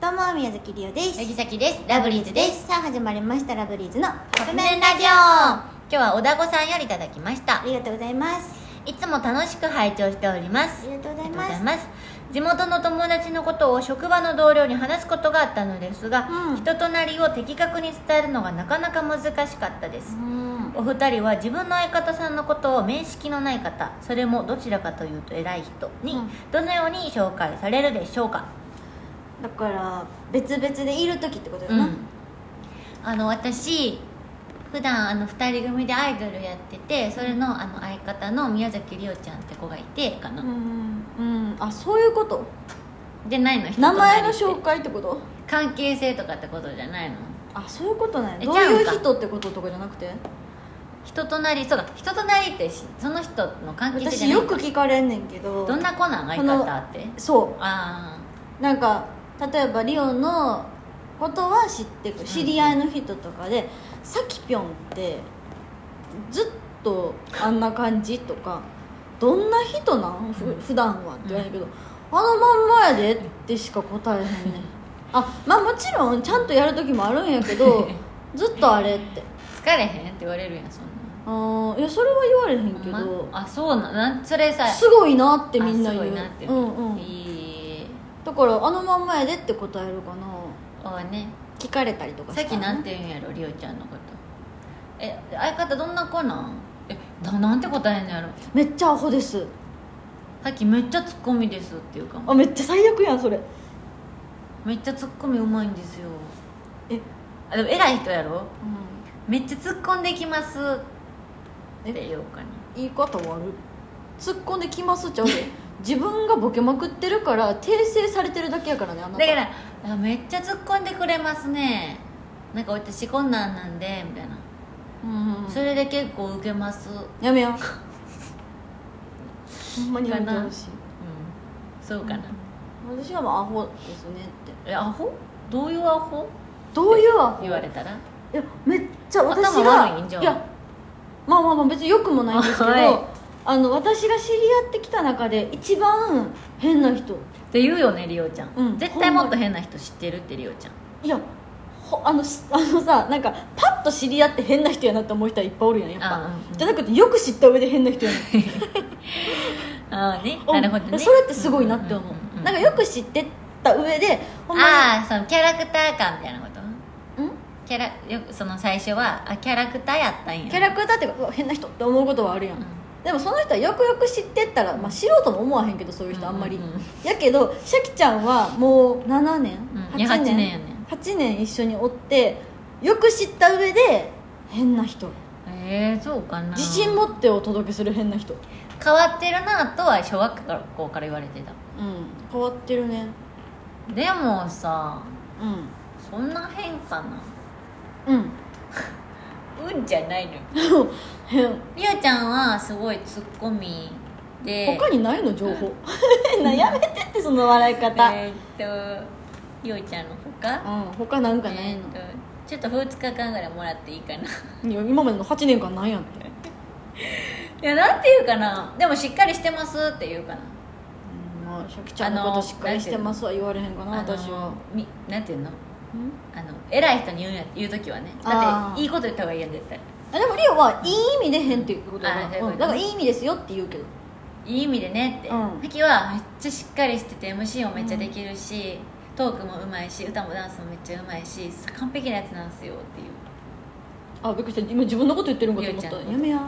どうも宮崎りおですヤギサキですラブリーズですさあ始まりましたラブリーズのカカップップ麺麺ララジジオオあ今日はおだこさんよりいただきましたりがとうございますいつも楽しく拝聴しておりまあすりがとうございありがとうまございすます地元の友達のことを職場の同僚に話すことがあったのですが、うん人となりを的確に伝えるのがなかなか難しかったです、うんお二人は自分の相方さんのことを面識のない方それもどちらかというと偉い人にうんどのように紹介されるでしょうか、だから別々でいる時ってことだうな、ん、あの私普段あの2人組でアイドルやっててそれのあの相方の宮崎りおちゃんって子がいてかな、うん、うん、あそういうことでないの人とな名前りのって紹介ってこと関係性とかってことじゃないのあそういうことなんやえどういうちゃうんか人ってこととかじゃなくて人となりそうか人となりってしその人の関係性じゃ私ないよく聞かれんねんけどどんな子なん相方ってそあうなんか例えばリオのことは知ってく知り合いの人とかで「さきぴょんってずっとあんな感じ?」とか「どんな人なんふうん普段は」って言われるけど「あのまんまやで」ってしか答えへんねんあまあもちろんちゃんとやる時もあるんやけ どずっとあれってー疲れへんって言われるやんそんあーいやそれは言われへんけなほどんまあそうなんなんそれさすごいなってみんな言うあすごいなってうんうん、いいだからあのまんまやでって答えるかなあね聞かれたりとかさっきなんて言うんやろりおちゃんのことえ相方どんな子なんえななんて答えんのやろめっちゃアホですさっきめっちゃツッコミですっていうかあめっちゃ最悪やんそれめっちゃツッコミうまいんですよえ、うん、あでも偉い人やろめっちゃツッコんできますって言おうかな言い方悪い突っ込んできますちゃうで 自分がボケまくってるから訂正されてるだけやからねあなただからあめっちゃ突っ込んでくれますねなんか私こんなんなんでみたいな、うん、うん、それで結構受けますうんやめ ようほんまにやめてほしいそうかな、私はもうアホですねってえアホどういうアホどういうアホ言われたらいやめっちゃ私頭が悪いんじゃんやまあまあまあ別によくもないんですけど、はいあの私が知り合ってきた中で一番変な人って言うよねりおちゃん、うん絶対もっと変な人知ってるってりおちゃんいやほあのし あのさなんかパッと知り合って変な人やなって思う人はいっぱいおるやんやっぱ、あうんうんじゃなくてよく知った上で変な人やねんああねう なんるほどねそれってすごいなって思う,、んんんなんかよく知ってた上でほんまにああそのキャラクター感みたいなことんキャラよくその最初はあキャラクターやったんやキャラクターっていうかうわ変な人って思うことはあるやん、うんでもその人はよくよく知ってったら、まあ、素人も思わへんけどそういう人あんまり、うんうんうんやけどシャキちゃんはもう7年、うんいや8年やね8年一緒におってよく知った上で変な人ええそうかな自信持ってお届けする変な人うん変わってるなとは小学校から言われてた変わってるねでもさうそんな変かなうんんうんじゃないのよ変りおちゃんはすごいツッコミ で他にないの情報 なやめてってその笑い方、えーっとりおちゃんのほかうん他なんかないの、えーっとちょっと2日間ぐらいもらっていいかな いや今までの8年間なんやっていやなんていうかなでもしっかりしてますっていうかなうんまあシャキちゃんのことしっかりしてますは言われへんかなあの私はみなんていうのうんあの偉い人に言うんや言う時はねだあっーていいこと言った方がいいやん絶対あでもリオはいい意味で変っていうことだあねそういうことねうんだからいい意味ですよって言うけどいい意味でねってうんさき、はめっちゃしっかりしてて MC もめっちゃできるし、トークもうまいし歌もダンスもめっちゃうまいし完璧なやつなんすよっていうあびっくりした今自分のこと言ってるんかと思っリたオちゃんやめや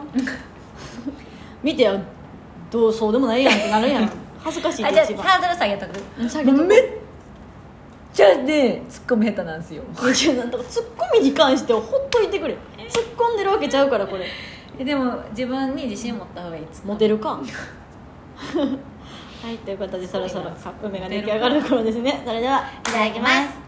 見てよどうそうでもないやんってなるやん恥ずかしいあっじゃて一あ番ハードル下げとくうん下げとこうめっじゃあねツッコミ下手なんすよいやなんとかツッコミに関してはほっといてくれツッコんでるわけちゃうからこれでも自分に自信持った方がいいモテるかはいということでそろそろカップ麺が出来上がる頃ですねそれではいただきます